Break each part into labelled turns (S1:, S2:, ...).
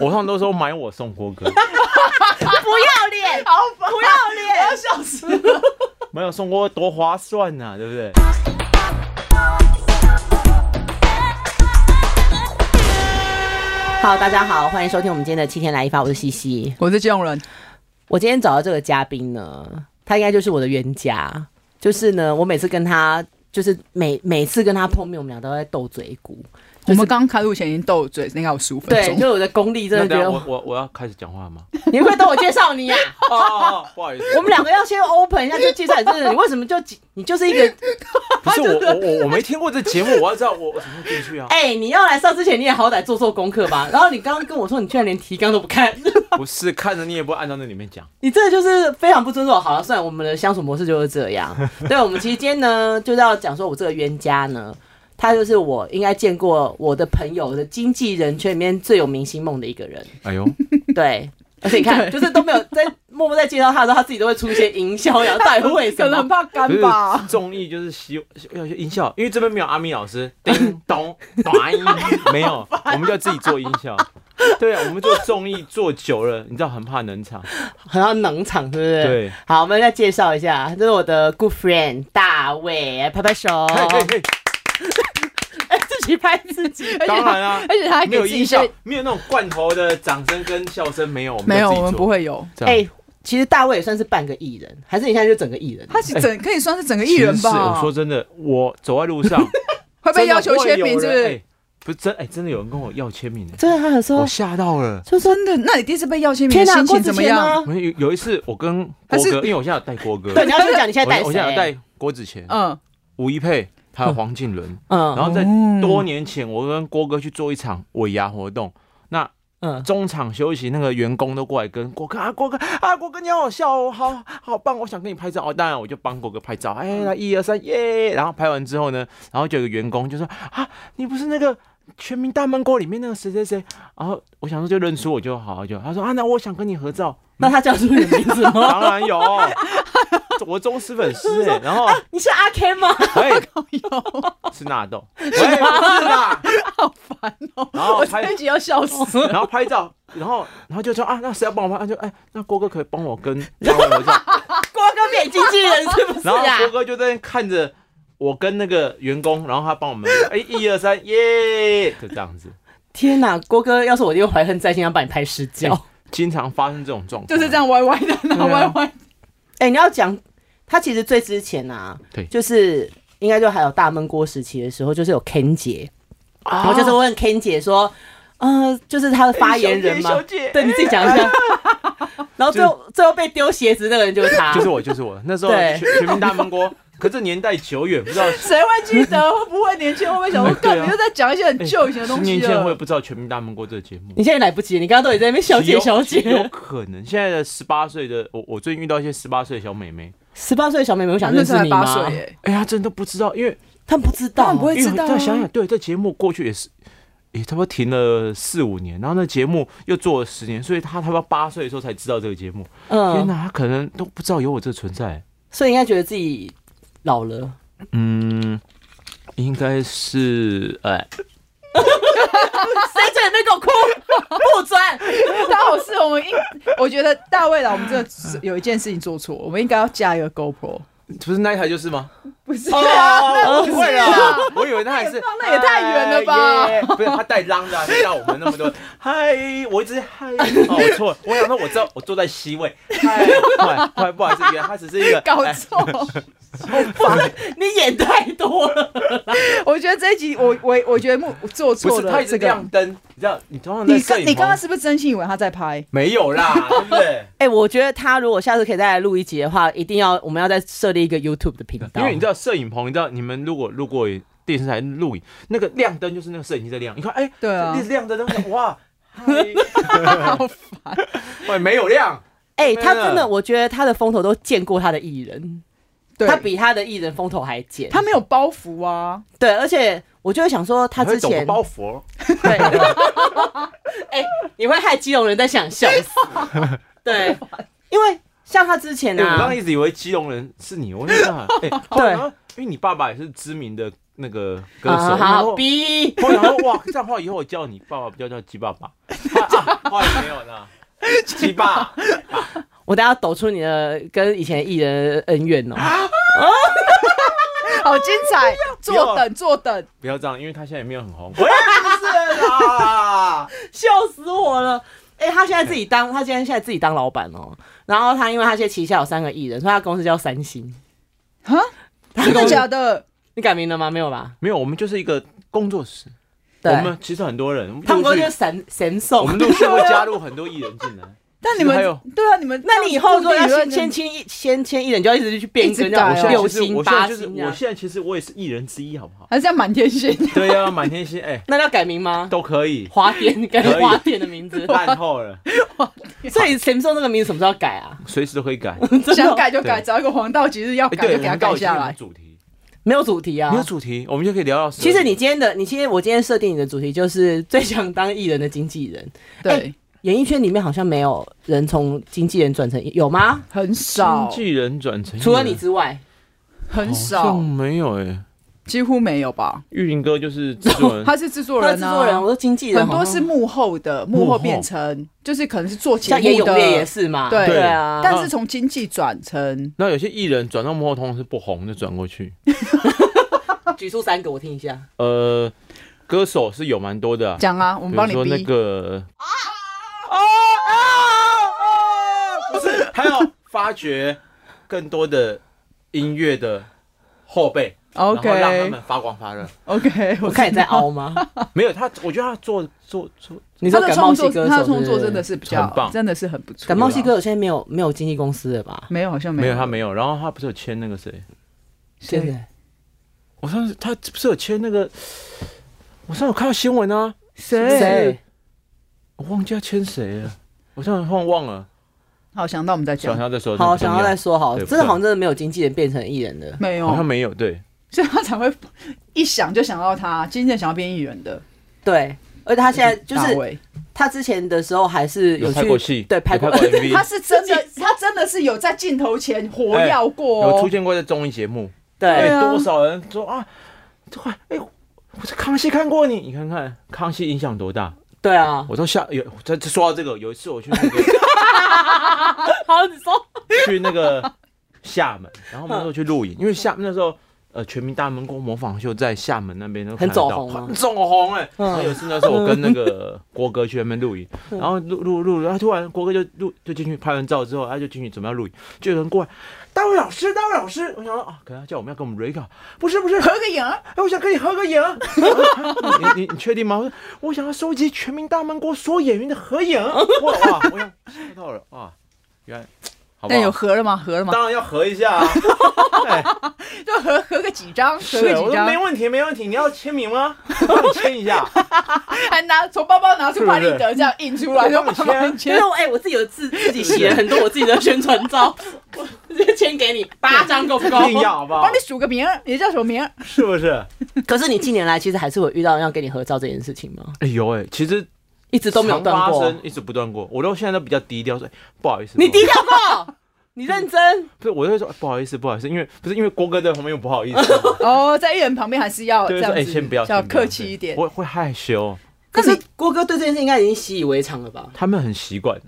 S1: 我通常都说买我送郭 哥，
S2: 不要 脸，
S3: 好烦，
S2: 不要
S3: 我要
S2: 脸，
S3: 笑死了。
S1: 没有送郭多划算呐、对不对？
S2: 好，大家好，欢迎收听我们今天的七天来一发，我是西西。
S3: 我是这种人，
S2: 我今天找到这个嘉宾呢，他应该就是我的冤家，就是呢，我每次跟他，就是每每次跟他碰面，我们俩都在斗嘴鼓，
S3: 我们刚开录前已经斗嘴，应该有十五分
S2: 对，
S3: 钟。
S2: 就我的功力真
S1: 那
S2: 的觉
S1: 等一下
S2: 得
S1: 我，我我要开始讲话了吗？
S2: 你会等我介绍你啊？
S1: 哦哦，哦不好意思，
S2: 我们两个要先 open 一下，就介绍你，真的，你为什么就你就是一个，
S1: 不是我我我我没听过这节目，我要知道我我怎么会进去啊？
S2: 哎、你要来上之前你也好歹做做功课吧。然后你刚刚跟我说你居然连提纲都不看，
S1: 不是看着你也不会按照那里面讲，
S2: 你这就是非常不尊重。好了，算了，我们的相处模式就是这 样。对，我们期间呢，就是要讲说我这个冤家呢，他就是我应该见过我的朋友的经纪人圈里面最有明星梦的一个人。
S1: 哎呦，
S2: 对，而且你看，就是都没有在默默在介绍他的时候，他自己都会出一些营销，然后到底为
S3: 可
S2: 什
S3: 能很
S2: 么？
S3: 怕 干
S1: 不是
S3: 吧？
S1: 综艺就是希要音效，因为这边没有阿咪老师，叮咚 咚，没有，我们就自己做音效。对啊，我们做综艺做久了，你知道很怕冷场。
S2: 很要冷场，是不是？。
S1: 对，
S2: 好，我们再介绍一下，这是我的 good friend 大卫，来拍拍手，
S1: 嘿嘿嘿
S2: 自己拍自己。
S3: 而且
S1: 当
S3: 他
S1: 然啊
S3: 而，且他还
S1: 没
S3: 给
S1: 有
S3: 自己
S1: 音效
S3: 些，
S1: 没有那种罐头的掌声跟笑声，没有，
S3: 没有，
S1: 自己
S3: 我们
S1: 做
S3: 不会有。
S1: 这样
S2: 哎、其实大卫也算是半个艺人，还是你现在就整个艺人？
S3: 他是整可以算是整个艺人
S1: 哎其实是我
S3: 吧？
S1: 说真的，我走在路 上
S3: 会被要求
S1: 真
S3: 签
S1: 的会
S3: 名
S1: 有
S3: 是不
S1: 人
S3: 是？
S1: 哎不是真哎、真的有人跟我要签名、哎
S2: 真啊的，他很
S1: 我
S2: 说，
S1: 吓到了。
S2: 就说
S3: 真的？那你第一次被要签名
S2: 天
S3: 的
S2: 哪，
S3: 心
S2: 郭
S3: 情
S2: 子
S3: 怎么
S2: 乾
S3: 样？
S2: 吗？
S1: 我有有一次我跟
S3: 他
S1: 郭
S3: 是
S1: 哥，因为我现在有带郭哥，
S2: 对，你要先讲你现在带
S1: 我我现在有
S2: 谁？
S1: 带郭子乾、
S3: 嗯，
S1: 吴一佩，还有黄靖伦。
S2: 嗯
S1: 然后在
S3: 哦
S1: 多年前，我跟郭哥去做一场尾牙活动，
S2: 嗯，
S1: 中场休息，那个员工都过来跟郭哥啊，郭哥啊，郭哥你好好笑哦，好好棒，我想跟你拍照哦。当然我就帮郭哥拍照，哎，
S3: 嗯
S1: 来一二三，耶！然后拍完之后呢，然后就有个员工就说啊，你不是那个。全民大闷锅里面那个谁谁谁，然后我想说就认出我就好，就他说啊，那我想跟你合 照，
S2: 那他叫出你的名 字吗？
S1: 当然有，我忠实粉丝哎、然 后
S2: 你是阿 K 吗？
S1: 哎、
S3: 有，
S1: 是纳豆，喂不是啦，
S3: 好烦哦！
S1: 然后
S3: 我
S1: 拍
S3: 这一集要笑死。
S2: 哦
S1: 然后拍照，然后然后就说啊，那谁要帮我拍？他就哎，那郭哥可以帮我跟帮我合照。
S2: 郭哥变经纪人是 不是
S1: 然后
S2: 啊
S1: 郭？哥就在那边看着我跟那个员工，然后他帮我们，哎，一二三，耶，就这样子，
S2: 天哪，郭哥，要是我一定会怀恨在心，要把你拍失焦。
S1: 经常发生这种状况，
S3: 就是这。样歪歪的，然后
S1: 对
S3: 歪
S1: 啊
S3: 歪。
S2: 哎、你要讲他其实最之前啊，
S1: 对
S2: 就是应该就还有大闷锅时期的时候，就是有 Ken 姐，
S1: 然
S2: 然后就是问 Ken 姐说，呃，就是他的发言人嘛，
S1: 哎小姐，
S2: 对，你自己讲一下。 然后最后最后被丢鞋子那个人就是他，
S1: 就是我，就是我，那时候
S2: 啊对
S1: 全全民大闷锅，可这年代久远，不知道
S3: 谁会记得？会不会年轻人会不会想 说，
S1: 哎对啊
S3: 干，你又在讲一些很旧以前的
S1: 哎十
S3: 东
S1: 年
S3: 西
S1: 前我也
S3: 了？
S1: 不知道全民大闷锅这个节目。
S2: 你现在来不及，你刚刚都已经在那边 小姐
S1: 有
S2: 小姐。
S1: 有可能现在的十八岁的我，我最近遇到一些十八岁的小妹妹，
S2: 十八岁的小妹妹，我想
S3: 那
S2: 认识
S3: 才
S2: 你
S3: 八
S2: 吗？
S3: 岁耶，
S1: 哎呀，真的不知道，因为
S2: 他们不知
S3: 他
S2: 道，
S3: 们不会
S1: 因为
S3: 知道啊
S1: 再想想，对，这节目过去也是，也差不多停了四五年，然后那节目又做了十年，所以他他妈八岁的时候才知道这个节目。天
S2: 嗯，
S1: 哪，他可能都不知道有我这存在。
S2: 所以应该觉得自己老了。
S1: 嗯，应该是哎，
S2: 谁在那边给我哭？不 准！
S3: 他好适合我们应，我觉得大卫啦，我们真的有一件事情做错，我们应该要加一个 GoPro。
S1: 不是那一台就是吗？
S3: 不是
S1: 哦，
S3: 啊，哎
S1: 误会了，我以为那还是
S3: 放那也太远了吧
S1: 哎耶不是他带浪的啊，谁让我们那么多？ 嗨，我一直嗨，哦，我错了，我想说我知道我坐在 C 位，嗨，不好意思，不好意思，原来他只是一个
S3: 搞
S1: 哎
S3: 错。
S2: 你演太多了。
S3: 我觉得这一集，我我我觉得目做
S1: 不
S3: 错
S1: 是，他
S3: 了
S1: 一直
S3: 这个
S1: 亮。灯，你知道，你通常在
S3: 你
S1: 摄
S3: 刚
S1: 影
S3: 你刚
S1: 棚
S3: 刚是不是真心以为他在拍？
S1: 没有啦，对不对？
S2: 哎、我觉得他如果下次可以再来录一集的话，一定要我们要再设立一个 YouTube 的频道，
S1: 因为你知道摄影棚，你知道你们如果路过电视台录影，那个亮灯就是那个摄影机在亮，你看，哎，
S3: 对啊
S1: 一直亮灯，灯亮哇，
S3: 好烦！
S1: 哎，没有亮，
S2: 哎、
S1: 真的
S2: 他真的，我觉得他的风头都见过他的艺人，
S3: 对，
S2: 他比他的艺人风头还尖。
S3: 他没有包袱啊，
S2: 对，而且我就会想说，他
S1: 你会
S2: 之
S1: 懂个
S2: 前
S1: 包袱哦，
S2: 对，哎、你会害基隆人在想笑 死。对，因为像他之前
S1: 哎我刚
S2: 啊
S1: 刚，一直以为基隆人是你，我就想，哎，对，因为你爸爸也是知名的那个歌
S2: 啊
S1: 手，
S2: 好
S1: 然后
S2: 逼，
S1: 后来我哇，这样的话以后我叫你爸爸不叫叫鸡爸爸，后来没有呢。七八，
S2: 我等下抖出你的跟以前艺人的恩怨哦。
S1: 啊
S3: 好精彩！坐
S1: 不要
S3: 等坐等，
S1: 不要这样，因为他现在也没有很红。我也不是啦，
S2: 笑死我了！哎、他现在自己当，他现在现在自己当老板哦。然后他因为他现在旗下有三个艺人，所以他公司叫三星。
S3: 哈，真的假的？
S2: 你改名了吗？没有吧？
S1: 没有，我们就是一个工作室。
S2: 对
S1: 我，们其实很多人，我们
S2: 他们公
S1: 陆
S2: 司
S1: 续
S2: 叫神神
S1: 我们
S2: 送。
S1: 陆续会加入很多艺人进来。
S3: 但你
S1: 还
S3: 们
S1: 有
S3: 对啊，你们
S2: 那你以后如果要先
S3: 这样
S2: 先
S3: 子
S2: 签一先签艺人，就要一直去变
S3: 一直
S2: 更，
S3: 改
S2: 叫
S1: 我现在
S2: 六
S3: 哦
S1: 就是，
S2: 星
S1: 我现在
S2: 八
S1: 就是，
S2: 星
S1: 我
S2: 啊。
S1: 现在其实我也是艺人之一，好不好？
S3: 还是要满天星？
S1: 对呀、满天星，哎、
S2: 那要改名吗？
S1: 都可以，
S2: 花店改
S1: 可以
S2: 花店的 名字。
S1: 烂透了，
S2: 所以神送这个名字什么时候要改啊？
S1: 随时都可以改。
S3: 想改就改，
S1: 对
S3: 只要一个黄道吉日要
S1: 哎、
S3: 改
S1: 对，
S3: 就
S1: 我
S3: 给他
S1: 们到
S3: 改
S1: 底今
S3: 下
S1: 天有
S3: 来。
S1: 主题，
S2: 没有主题啊
S1: 没有。主题，我们就可以聊到12。
S2: 其实你今天的，你今天我今天设定你的主题就是最想当艺人的经纪人。
S3: 对，
S2: 演艺圈里面好像没有人从经纪人转成有吗？
S3: 很
S1: 经
S3: 少，
S1: 纪人转成艺人
S2: 除了你之外，
S3: 很
S1: 好像
S3: 少，
S1: 没有哎、
S3: 几乎没有吧？
S1: 玉林哥就是制作人，
S3: 他是制作
S2: 他
S3: 人
S2: 制
S3: 啊，
S2: 作人，我说经纪人
S3: 很多
S2: 好
S3: 是
S2: 像
S3: 幕后的，
S1: 后
S3: 幕后变成就是可能是做节
S2: 像叶
S3: 目
S2: 永
S3: 的，
S2: 烈也是嘛，
S3: 对
S1: 嗯
S2: 啊，
S3: 但是从经济转成
S1: 那有些艺人转到幕后，通常是不红就转过去。
S2: 举出三个我听一下，
S1: 呃，歌手是有蛮多的啊、
S3: 讲啊，我
S1: 比
S3: 们
S1: 如
S3: 帮你
S1: 说那
S3: 逼。
S1: 个啊啊啊，不是，还有发掘更多的音乐的后辈然后让他
S3: OK
S1: 们发光发热。
S3: OK，
S2: 我看你在凹吗？
S1: 没有他，我觉得他做做做，
S2: 你
S3: 他
S2: 说
S3: 的
S2: 感冒
S3: 创
S2: 系
S3: 作，
S2: 歌手，
S3: 他的创作真的
S2: 是
S3: 是比较
S1: 很棒
S3: 真的是很不错。
S2: 感冒系歌手现在没有没有经纪公司了吧？
S3: 没有，好像
S1: 没有
S3: 有，
S1: 他没有。然后他不是有签那个谁？
S2: 对
S3: 谁
S2: 不对？
S1: 我上次他不是有签那个？我上次有看到新闻啊，
S3: 谁
S2: 谁？
S1: 我忘记他签谁了，我突然突然忘了。
S3: 好，想到我们再
S1: 想
S3: 讲。
S1: 他的时候，
S2: 好，想要再说好，
S1: 对不
S2: 真的
S1: 重要
S2: 好像真的没有经纪人变成艺人的。
S3: 没有
S1: 好，像没有对。
S3: 所以他才会一想就想到他，今天想要变艺人的，
S2: 对，而且他现在就
S3: 大
S2: 是
S3: 卫
S2: 他之前的时候还是
S1: 有
S2: 去
S1: 拍过戏，
S2: 对，拍
S1: 有
S2: 过
S1: 过 MV，
S3: 他是真的，他真的是有在镜头前活跃过、
S1: 哎有出
S3: 哦，
S1: 现过在综艺节目。
S2: 对
S1: 哎、
S3: 对啊
S1: 多少人说啊，这块哎，我在康熙看过你，你看看康熙影响多大，
S2: 对啊。
S1: 我都吓有。这这说到这个，有一次我去那个
S2: 好，你说
S1: 去那 个厦门，然后我们那时候去露
S2: 嗯
S1: 营，因为厦那时候。呃，全民大闷锅模仿秀在厦门那边都看得到
S2: 很走红吗
S1: 很走红哎、
S2: 嗯
S1: 然后有一次那时候我跟那个郭哥去那边露营，然后录录录，然后突然郭哥就录就进去拍完照之后，他就进去准备要录影，就有人过来，大卫老师，大卫老师，我想说啊，可能他叫我们要跟我们 r e c a 不是不是，
S3: 合个影，
S1: 哎，我想跟你合 个影。我说啊你你你确定吗？我说我想要收集全民大闷锅所有演员的合 影。哇哇，我想吓到了啊！原来，好吧
S2: 哎
S3: 但，有合了吗？合了吗？
S1: 当然要合一 下啊。哎
S3: 就合合个几张，合
S1: 是，
S3: 个
S1: 我
S3: 几
S1: 说没
S3: 张，
S1: 问题，没问题。你要签名 吗？我帮你签一下，
S3: 还拿从包包拿出巴立德这样印出来，
S1: 对
S3: 就
S1: 不对
S3: 帮忙
S2: 就
S3: 签
S2: 是。我哎、我自己有自自己写了很多我自己的宣传照，直接签给你八张够不够？
S1: 一定要好不好
S3: 帮你？数个名儿，你叫什么名儿？
S1: 是不是？
S2: 可是你近年来其实还是有遇到要跟你合照这件事情吗？
S1: 哎有哎，其实
S2: 一直都没有
S1: 常
S2: 断
S1: 发
S2: 过
S1: 生，。一直不断过。我都现在都比较低调，说哎不好意思。
S2: 你
S1: 不好意
S2: 低
S1: 思
S2: 调过？你认真？
S1: 不是，我就会说哎不好意思，不好意思，因为不是因为郭哥在旁边又不好意思，
S3: 哦，在艺人旁边还是要
S1: 对，
S3: 哦这
S1: 就
S3: 样
S1: 说
S3: 子，
S1: 哎先不要，
S3: 要
S1: 先不要
S3: 客气一点
S1: 对。我会害羞，
S2: 可
S3: 可是
S2: 是郭哥对这件事应该已经习以为常了吧？
S1: 他们很习惯的。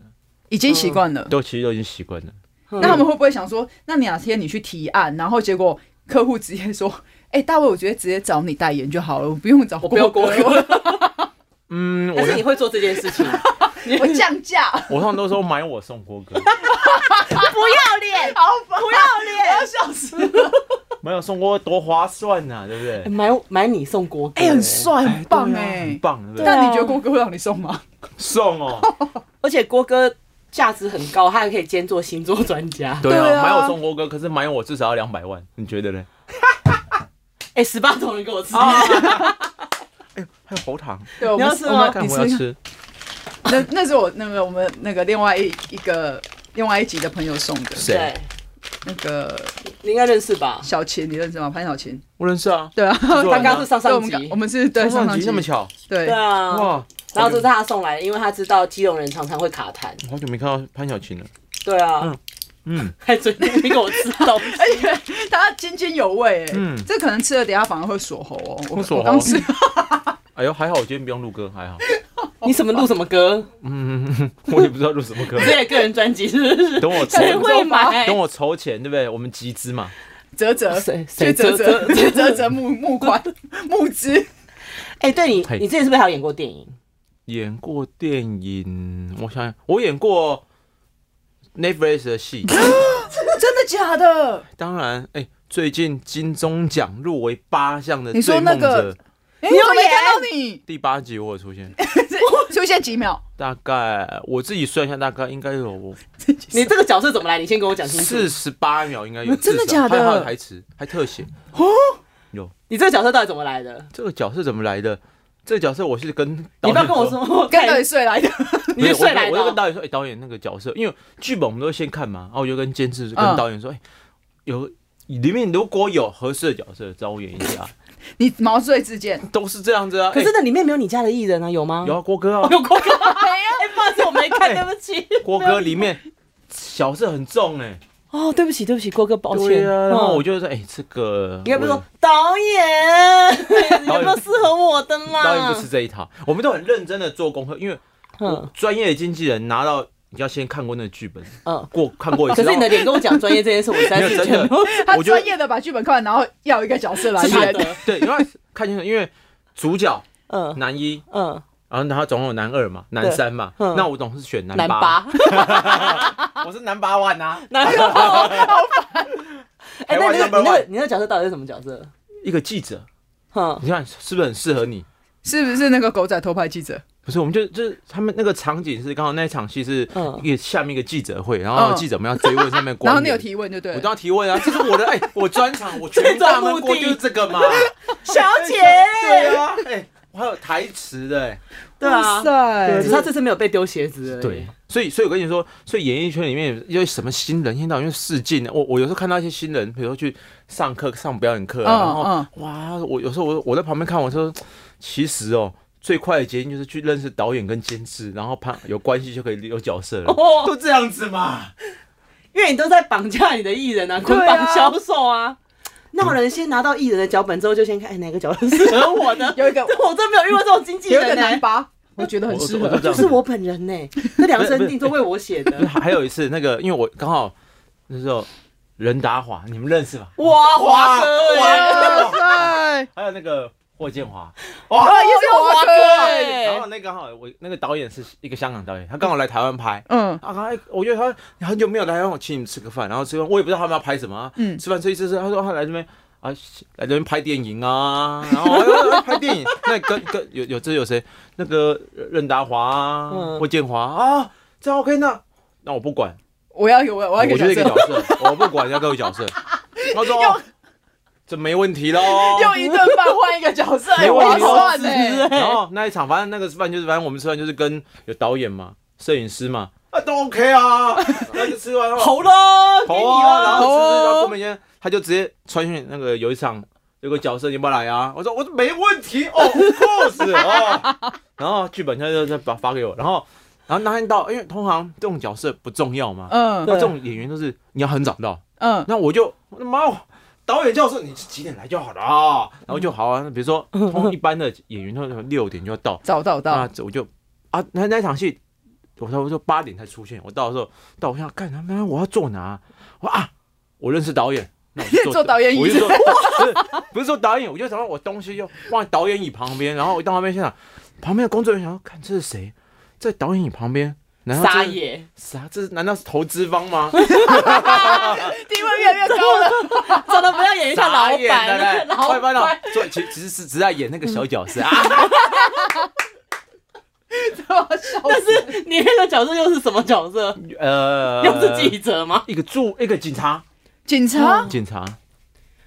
S3: 已经习惯了。
S1: 都其实都已经习惯了。
S3: 那他
S2: 嗯
S3: 们会不会想说，那你哪天你去提案，然后结果客户直接说，哎，大卫，我觉得直接找你代言就好了，我不用找
S2: 我不要郭
S3: 郭
S2: 哥，
S1: 嗯，我
S2: 但是你会做这件事 情，你
S3: 我降价，
S1: 我通常都说买我送郭 哥，
S2: 不要脸，
S3: 好烦，不要脸，我要笑死了。
S1: 买我送郭哥多划算呐、对不对？
S2: 买买你送郭哥，欸
S3: 哎，很。帅，很棒
S1: 对啊
S3: 哎
S1: 很。棒，对不对？
S3: 但你觉得郭哥会让你送吗？
S1: 送哦，
S2: 而且郭哥价值很高，他还可以兼做星座专家。
S1: 对
S3: 对啊
S1: 啊，买我送郭哥，可是买我至少要两百万，你觉得呢？ 哎
S2: 哎，十八种人给我吃，
S1: 哦还有喉糖，哦
S3: 对，我
S2: 啊你要
S3: 们
S2: 吃
S3: 我
S2: 吗
S3: 们
S1: 看
S3: 你
S1: 我要
S3: 吃
S1: 吃。
S3: 那那是我那个我们那个另外一一个另外一集的朋友送的，
S1: 谁
S2: 对？，
S3: 那个
S2: 你应该认识吧？
S3: 小琴，你认识吗？潘小琴，
S1: 我认识啊，
S3: 对啊，
S1: 作
S2: 他
S1: 人
S2: 哦刚刚是上
S3: 对
S2: 上
S3: 我们刚
S2: 集
S3: 我，们是对
S1: 上
S3: 上
S1: 集那么巧，
S3: 对
S2: 对，啊，
S1: 哇！
S2: 然后就是
S1: 他，
S2: 他送来，因为他知道基隆人常常会卡痰。
S1: 好久没看到潘晓琴了。
S2: 对啊
S1: 嗯，嗯，
S2: 还准备给我吃东西。
S3: 而且 他津津有味，哎，
S1: 嗯
S3: 这可能吃了等一下反而会锁喉哦，我
S1: 会锁喉
S3: 我刚吃，
S1: 哎呦，还好我今天不用录歌，还好。
S2: 你什么录什么歌？
S1: 我也不知道录什么 歌。
S2: 这个个人专辑是不是？
S1: 等我筹，
S2: 谁会欸买？
S1: 等我筹钱，对不对？我们集资嘛。
S3: 啧啧，
S2: 谁谁
S3: 去啧
S2: 啧
S3: 啧去啧啧 募募款募资，
S2: 哎、对你
S1: 嘿，
S2: 你之前是不是还有演过电影？
S1: 演过电影，我想想，我演过 Netflix 的戏。
S3: 真的假的？
S1: 当然，哎、最近金钟奖入围八项的《
S3: 你说
S1: 追梦
S3: 那个
S1: 者》
S3: 你有没看到你
S1: 第八集，我有出现，
S3: 出现几秒？
S1: 大概我自己算一下，大概应该有
S2: 你这个角色怎么来？你先跟我讲清楚。
S1: 四十八秒，应该有
S3: 真的
S1: 至少
S3: 假的
S1: 还有他的台词，还特写。
S2: 你这个角色到底怎么来的？
S1: 这个角色怎么来的？这个角色我是跟导演
S2: 你不要跟我说，我
S3: 跟
S2: 看
S3: 着睡来的，
S2: 你是
S1: 不
S2: 睡来
S1: 我就
S2: 的
S1: 跟
S2: 哦。
S1: 导演说，哎、导演那个角色，因为剧本我们都会先看嘛，然后我就跟监制、跟
S3: 嗯
S1: 导演说，哎、有里面如果有合适的角色，找我演一下，
S3: 你毛遂自 荐，
S1: 都是这样子啊。
S2: 可
S1: 哎
S2: 是那里面没有你家的艺人啊，有吗？
S1: 有啊，郭哥
S2: 哦，
S1: 啊，
S2: 有郭哥。
S3: 啊
S2: 哎，不好意思，我没 看，对不起。
S1: 郭哥里面角色很重哎、
S2: 哦，对不起，对不起，郭哥，抱
S1: 对
S2: 歉。
S1: 啊，然后
S2: 嗯
S1: 我就说，哎、这个
S2: 应该不是
S1: 我
S2: 说导演有没有适合我的啦？
S1: 导演不吃这一套，我们都很认真的做功课，因为
S2: 啊嗯
S1: 专业的经纪人拿到，你要先看过那个剧本，
S2: 嗯。
S1: 过看过一
S2: 可
S1: 次，
S2: 是你的
S1: 然后
S2: 脸跟我讲专业这件事，我实在是
S1: 没有
S2: 觉得
S1: 真的
S3: 他
S1: 我觉得
S3: 专业的把剧本看完，然后要一个角色来
S2: 是他
S3: 演。
S2: 的。
S1: 对，因为看清楚，因为主角
S2: 嗯
S1: 男一。
S2: 嗯，
S1: 然后然后总共有男二嘛，男三嘛，
S2: 嗯
S1: 那我总是选男
S2: 男
S1: 八，
S2: 八，
S1: 我是男八万啊，
S2: 男八。 哎，那你那
S1: Number
S2: 个你那个
S1: one
S2: 你那个角色到底是什么角色？嗯
S1: 一个记者，
S2: 哼，
S1: 你看是不是很适合你？
S3: 是不是那个狗仔偷拍记者？
S1: 不是，我们就就是他们那个场景是刚好那一场戏是
S2: 嗯
S1: 一个下面一个记者会，然后记者们要追问上面的 官员，
S3: 然后你有提问就对
S1: 我
S3: 了。
S1: 当然提问啊，这是我的 哎，我专场，我全大闷锅就是这个嘛，
S2: 小姐。
S1: 对啊，哎，我还有台词的哎，
S2: 对啊
S3: 哇，塞
S2: 只是他这次没有被丢鞋子而已。
S1: 对，所以所以我跟你说，所以演艺圈里面有什么新人，一天到晚就试镜啊。我我有时候看到一些新人，比如说去上课上表演课啊，然后
S3: 嗯。
S1: 哇，我有时候我我在旁边看，我说其实哦，最快的捷径就是去认识导演跟监制，然后怕有关系就可以有角色了。
S2: 哦，
S1: 都这样子嘛，
S2: 因为你都在绑架你的艺人啊，捆绑销售啊。那有人先拿到艺人的脚本之后，就先看哎哪个脚本适合我的
S3: 有一个
S2: 这 我真没有遇过这种经纪
S3: 有一个
S2: 人
S3: 男
S2: 呢，
S3: 八，我觉得很适
S1: 我我
S3: 合
S1: 我。这
S2: 就
S1: 样
S2: 是我本人欸呢，这量身定做为我写
S1: 不是
S2: 的。
S1: 还有一次那个，因为我刚好那时候任达华，你们认识吧？
S2: 哇，华哥哎，
S3: 哇塞！
S1: 还有那个霍建华，
S2: 哦
S3: 哇，
S2: 欸
S3: 也是华哥哎。
S1: 然后那个刚好我那个导演是一个香港导演，他刚好来台湾拍，
S3: 嗯，
S1: 啊，哎我觉得他你很久没有来，让我请你们吃个饭，然后吃饭我也不知道他们要拍什么、啊，
S3: 嗯
S1: 吃饭吃一吃吃，他说他来这边啊，来这边拍电影啊，然后、啊、拍电影，那跟跟有有这有谁？那个任达华啊
S2: 嗯，
S1: 霍建华啊，这样 OK 那那我不管，
S3: 我要有我我
S1: 我
S3: 要一个
S1: 就
S3: 角
S1: 是一个角
S3: 色，
S1: 色，我不管要各位角 色，他说哦这没问题喽，哦
S3: 用一顿饭换一个角色，哎
S1: 没问
S3: 划
S1: 题
S3: 算
S2: 是
S3: 哎。
S2: 不是
S1: 然后那一场，反正那个吃饭就是，反正我们吃饭就是跟有导演嘛、摄影师嘛， 啊都 OK 啊，那就吃完了。
S2: 好了，给你
S1: 好啊，然
S2: 了。
S1: 后吃吃到
S3: 好啊
S1: 后面先，他就直接传讯那个有一场有个角色你要不要来啊？我说我说没问题哦，of course 哦。 然后剧本他就就发发给我，然后然后那天到，因为通常这种角色不重要嘛，
S3: 嗯
S1: 那这种演员都是你要很早到，
S3: 嗯，
S1: 那我就我的妈哦。导演叫我说你几点来就好了啊，然后就好啊。那比如说，通常一般的演员都六点就要到，
S3: 找嗯到
S1: 那
S3: 到，
S1: 我就啊，那那场戏，我说我说八点才出现，我到的时候，到我想干他妈，我要坐哪？我啊，我认识导演，那我就
S3: 做导演椅
S1: 我就坐，不是不是说导演，我就想到我东西就放在导演椅旁边，然后我到旁边现场，旁边的工作人员想说，看这是谁在导演椅旁边？难道
S2: 撒
S1: 这是
S2: 野，
S1: 啥？这是难道是投资方吗？
S3: 地位越来越高了。
S2: 真的不要演一下老
S1: 傻眼了嘞
S2: 板，哦老
S1: 快班了
S2: 板。，
S1: 所以其其实是只在演那个小角色啊。
S3: 笑死！
S2: 你那个角色又是什么角色？
S1: 呃，
S2: 又是记者吗？
S1: 一个驻一个警察，
S3: 警察
S1: 警察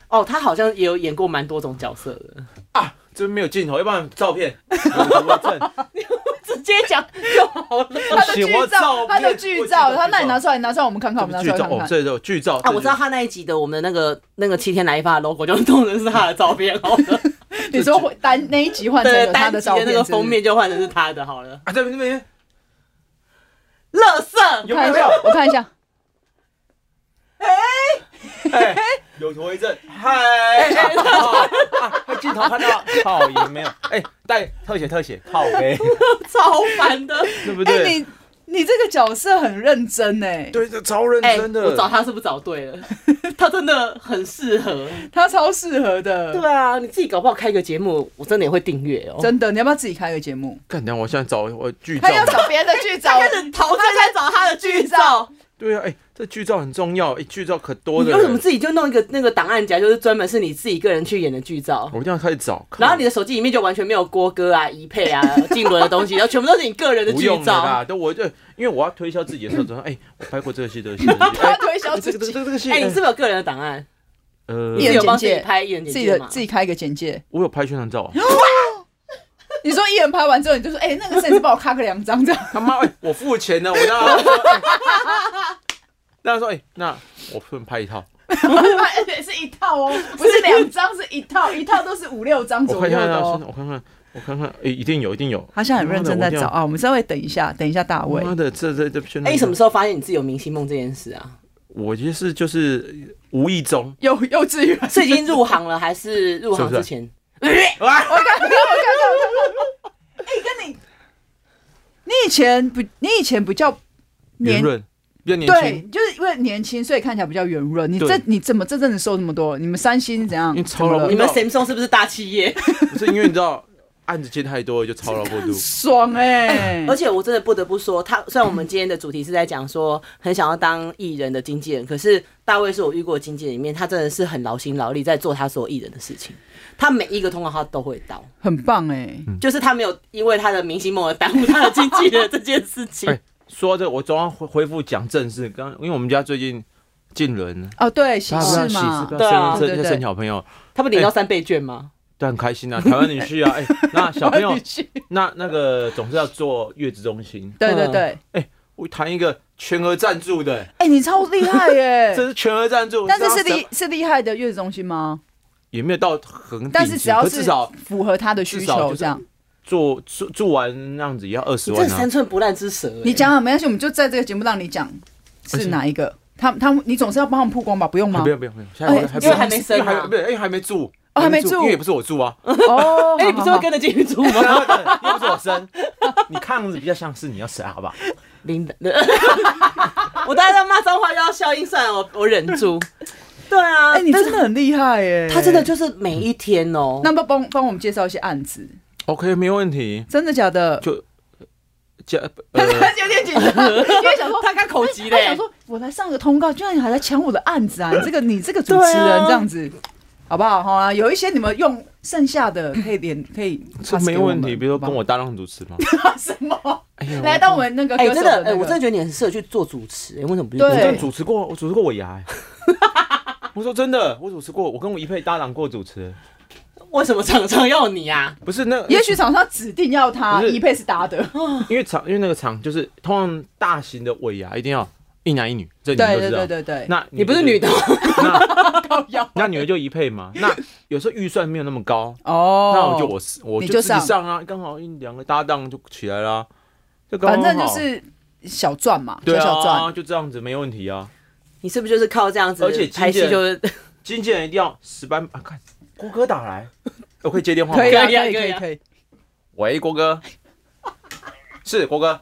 S2: 哦，他好像也有演过蛮多种角色的。
S1: 啊，这边没有镜头，要不然照片，我证。
S2: 直接讲就好了。
S3: 他的剧
S1: 我
S3: 照，
S1: 照
S3: 他的
S1: 片
S3: 剧
S1: 我
S3: 照，
S1: 记得
S3: 他那你
S1: 剧照
S3: 拿出来，拿出来我们看看，我
S1: 这
S3: 们
S1: 不
S3: 拿
S1: 是剧
S3: 出来
S1: 照
S3: 看
S1: 哦，
S3: 看。
S1: 这就剧照
S2: 啊，我知道。他那一集的我们的那个那个七天来一发的 logo 就弄成是他的照片，好 了，
S3: 你说会单那一集换成
S2: 对，
S3: 有他
S2: 单
S3: 啊的
S2: 集
S3: 照
S2: 的
S3: 片，
S2: 那个封面就换成是他的好了。
S1: 啊，这边这边
S2: 乐色，
S1: 有
S3: 是不是
S1: 没
S3: 看一
S1: 有
S3: 下？我看一下，
S1: 哎，有头一阵，嗨，啊啊镜头看到，好也没有。哎，带特写特写，靠呗，
S2: 超烦 的。
S1: 对不
S3: 哎、
S1: 对？
S3: 你你这个角色很认真哎、
S1: 对，这超认
S2: 哎、
S1: 真的。
S2: 我找他是不是找对了？ 他真的很适合。
S3: 他超适合的。
S2: 对啊，你自己搞不好开个节目，我真的也会订阅哦。
S3: 真的，你要不要自己开个节目？
S1: 干，等一下我现在找我剧照
S3: 他，要找别的去找
S2: 他，开始陶醉在找他的剧照，
S1: 对啊，哎、这剧照很重要，哎、剧照可多
S2: 你
S1: 的
S2: 为什么
S1: 人。
S2: 自己就弄一个那个档案夹，就是专门是你自己个人去演的剧照？
S1: 我一定要开始找，靠
S2: 然后你的手机里面就完全没有郭哥啊、怡佩啊、 静伦的东西，然后全部都是你个人的
S1: 不
S2: 剧
S1: 用了
S2: 照。
S1: 啦，都我就因为我要推销自己的时候，怎么哎、我拍过这个戏，这个戏，这个戏
S3: 他
S1: 哎
S3: 推销
S1: 这个
S3: 自
S1: 这个
S3: 己，
S1: 这个这个戏，
S2: 哎、你是
S1: 哎
S2: 不是有个人的档案？
S1: 呃
S2: 你
S3: 演
S2: 是有帮自
S3: 简介
S2: 己拍演
S3: 嗯自
S2: 简
S3: 己
S2: 介
S3: 的
S2: 吗？
S3: 自己开一个简介。
S1: 我有拍宣传 照，啊
S3: 你说艺人拍完之后，你就说，哎、那个摄影师帮我咔个两张这样。
S1: 他妈，哎、我付钱 呢，我让他说，哎那他说，哎、那我顺便拍一套，
S3: 而且是一套哦， 不是两张，是一套，一套都是五六张
S1: 我
S3: 左
S1: 看
S3: 右
S1: 一下，
S3: 的
S1: 那
S3: 哦
S1: 是。我看看，我看看，哎、一定有，一定有，
S3: 他现在很认真在
S1: 妈的
S3: 找啊，我们稍微等一下，等一下大卫
S1: 妈。的，这这这宣传，
S2: 哎、你什么？时候发现你自己有明星梦这件事啊？
S1: 我其实就是无意中，
S3: 幼幼稚园，
S2: 是已 经入行了，还是入行
S1: 是不是
S2: 之前？
S3: 我看我看我看我看， 哎、跟你，你以前不，你以前不叫
S1: 圆
S3: 年
S1: 润，比较年
S3: 对
S1: 轻，，
S3: 就是因为年轻，所以看起来比较圆润。你
S1: 对
S3: 这你怎么这阵子瘦这么多？你们三星怎样？
S1: 因为
S3: 怎么
S1: 超容
S3: 了
S1: 易
S2: 你们 Samsung 是不是大企业？
S1: 不是因为你知道案子接太多了就操劳过度，
S3: 爽哎、
S1: 嗯
S2: 而且我真的不得不说，他虽然我们今天的主题是在讲说很想要当艺人的经纪人，可是大卫是我遇过的经纪人里面，他真的是很劳心劳力在做他所有艺人的事情，他每一个通告他都会到，
S3: 很棒哎、
S1: 嗯
S2: 就是他没有因为他的明星梦而耽误他的经纪人这件事情。
S1: 哎说到这个，我刚刚恢恢复讲正事，刚因为我们家最近进人，
S3: 哦，对，喜
S1: 大家
S3: 事
S1: 不要喜
S3: 嘛
S1: 事，不
S2: 对啊
S1: 要生
S3: 对
S1: 生
S3: 对
S1: 生小朋友，
S2: 他不领到三倍券吗？
S1: 但很开 心啊，台湾女婿啊，哎，那小朋友
S3: 你去
S1: 那那个总是要做月子中心，
S3: 对对对，
S1: 我谈一个全额赞助的，
S3: 哎、你超厉害哎 耶、
S1: 这是全额赞助，
S3: 但是是
S1: 知道
S3: 厉是厉害的月子中心吗？
S1: 也没有到很顶级，
S3: 但是只要
S1: 可
S3: 是
S1: 至少
S3: 符合他的需
S1: 至少就
S3: 求，
S1: 是
S3: 这样。
S1: 做做做完那样子也要二十
S2: 你这
S1: 万啊
S2: 三，寸不烂之舌、哎
S3: 你讲讲没关系，我们就在这个节目让你讲
S1: 而
S3: 是
S1: 且
S3: 哪一个。他他们，你总是要帮我们曝光吧？不用吗
S1: 啊不？用不用不用，现
S3: 哎
S1: 在还
S2: 因为还没
S1: 不用
S2: 生
S1: 因为还
S2: 啊
S1: 不。是因为还没住，
S3: 哦还没住
S1: 因为也不是我住啊，
S3: 哦，
S2: 哎、你不是会
S3: 好好
S2: 跟着进去住吗？
S1: 然后等又不是我生，你看样子比较像是你要生，好不好？
S2: 林的， 我大概在骂脏话又要消音，算了，我我忍 住。对啊，
S3: 好哎，你
S2: 但是
S3: 真的很厉害耶！
S2: 他真的就是每一天哦、
S3: 那么帮帮我们介绍一些案子，
S1: OK，没问题。
S3: 真的假的？
S1: 就加
S3: 他
S1: 呃
S3: 他 有 点紧张，因为想说
S2: 他看口急
S3: 他
S2: 嘞、
S3: 想说，我来上个通告，居然你还来抢我的案子啊！你这个你这个主持人这样子，好不好？好啊，有一些你们用剩下的可以连可以
S1: 这
S3: pass
S1: 没
S3: 给我
S1: 问
S3: 们
S1: 题，比如说跟我搭档主 持嘛。
S3: 好不好什么
S1: 哎呀，
S3: 来当我们那个
S2: 哎、
S3: 歌手
S2: 真的，哎、
S3: 那个
S2: 我真的觉得你很适合去做主持、哎，为什么不去
S1: 我
S3: 对
S1: 真的主持过，我主持过尾牙、哎 我说真的，我主持过，我跟我一配搭档过主持，
S2: 为什么厂商要你啊？
S1: 不是那，
S3: 也许厂商指定要他
S1: 不是
S3: 一配是达德，
S1: 因为场，因为那个场就是通常大型的尾牙一定要一男一女，这
S3: 对
S1: 你们都
S3: 对
S1: 知道
S3: 对。对对，
S1: 那
S2: 你不是女的，
S1: 那
S3: 高腰
S1: 那女的就一配嘛。那有时候预算没有那么高，
S3: 哦，
S1: 那我就我是我
S3: 你
S1: 就
S3: 就
S1: 自己
S3: 上
S1: 上啊，刚好一两个搭档就起来啦，就刚
S3: 反
S1: 刚
S3: 正就
S1: 好
S3: 是小赚嘛，小
S1: 对
S3: 小
S1: 啊，
S3: 赚，
S1: 就这样子没问题啊。
S2: 你是不是就是靠这样子？
S1: 而且经纪
S2: 拍戏
S1: 人
S2: 就是
S1: 经纪人一定要十班啊！看郭哥打来，我可以接电话吗？
S3: 可以啊
S2: 可以啊
S3: 可以可
S2: 可以
S3: 以
S2: 啊
S3: 可以，
S1: 喂，郭哥，是郭哥，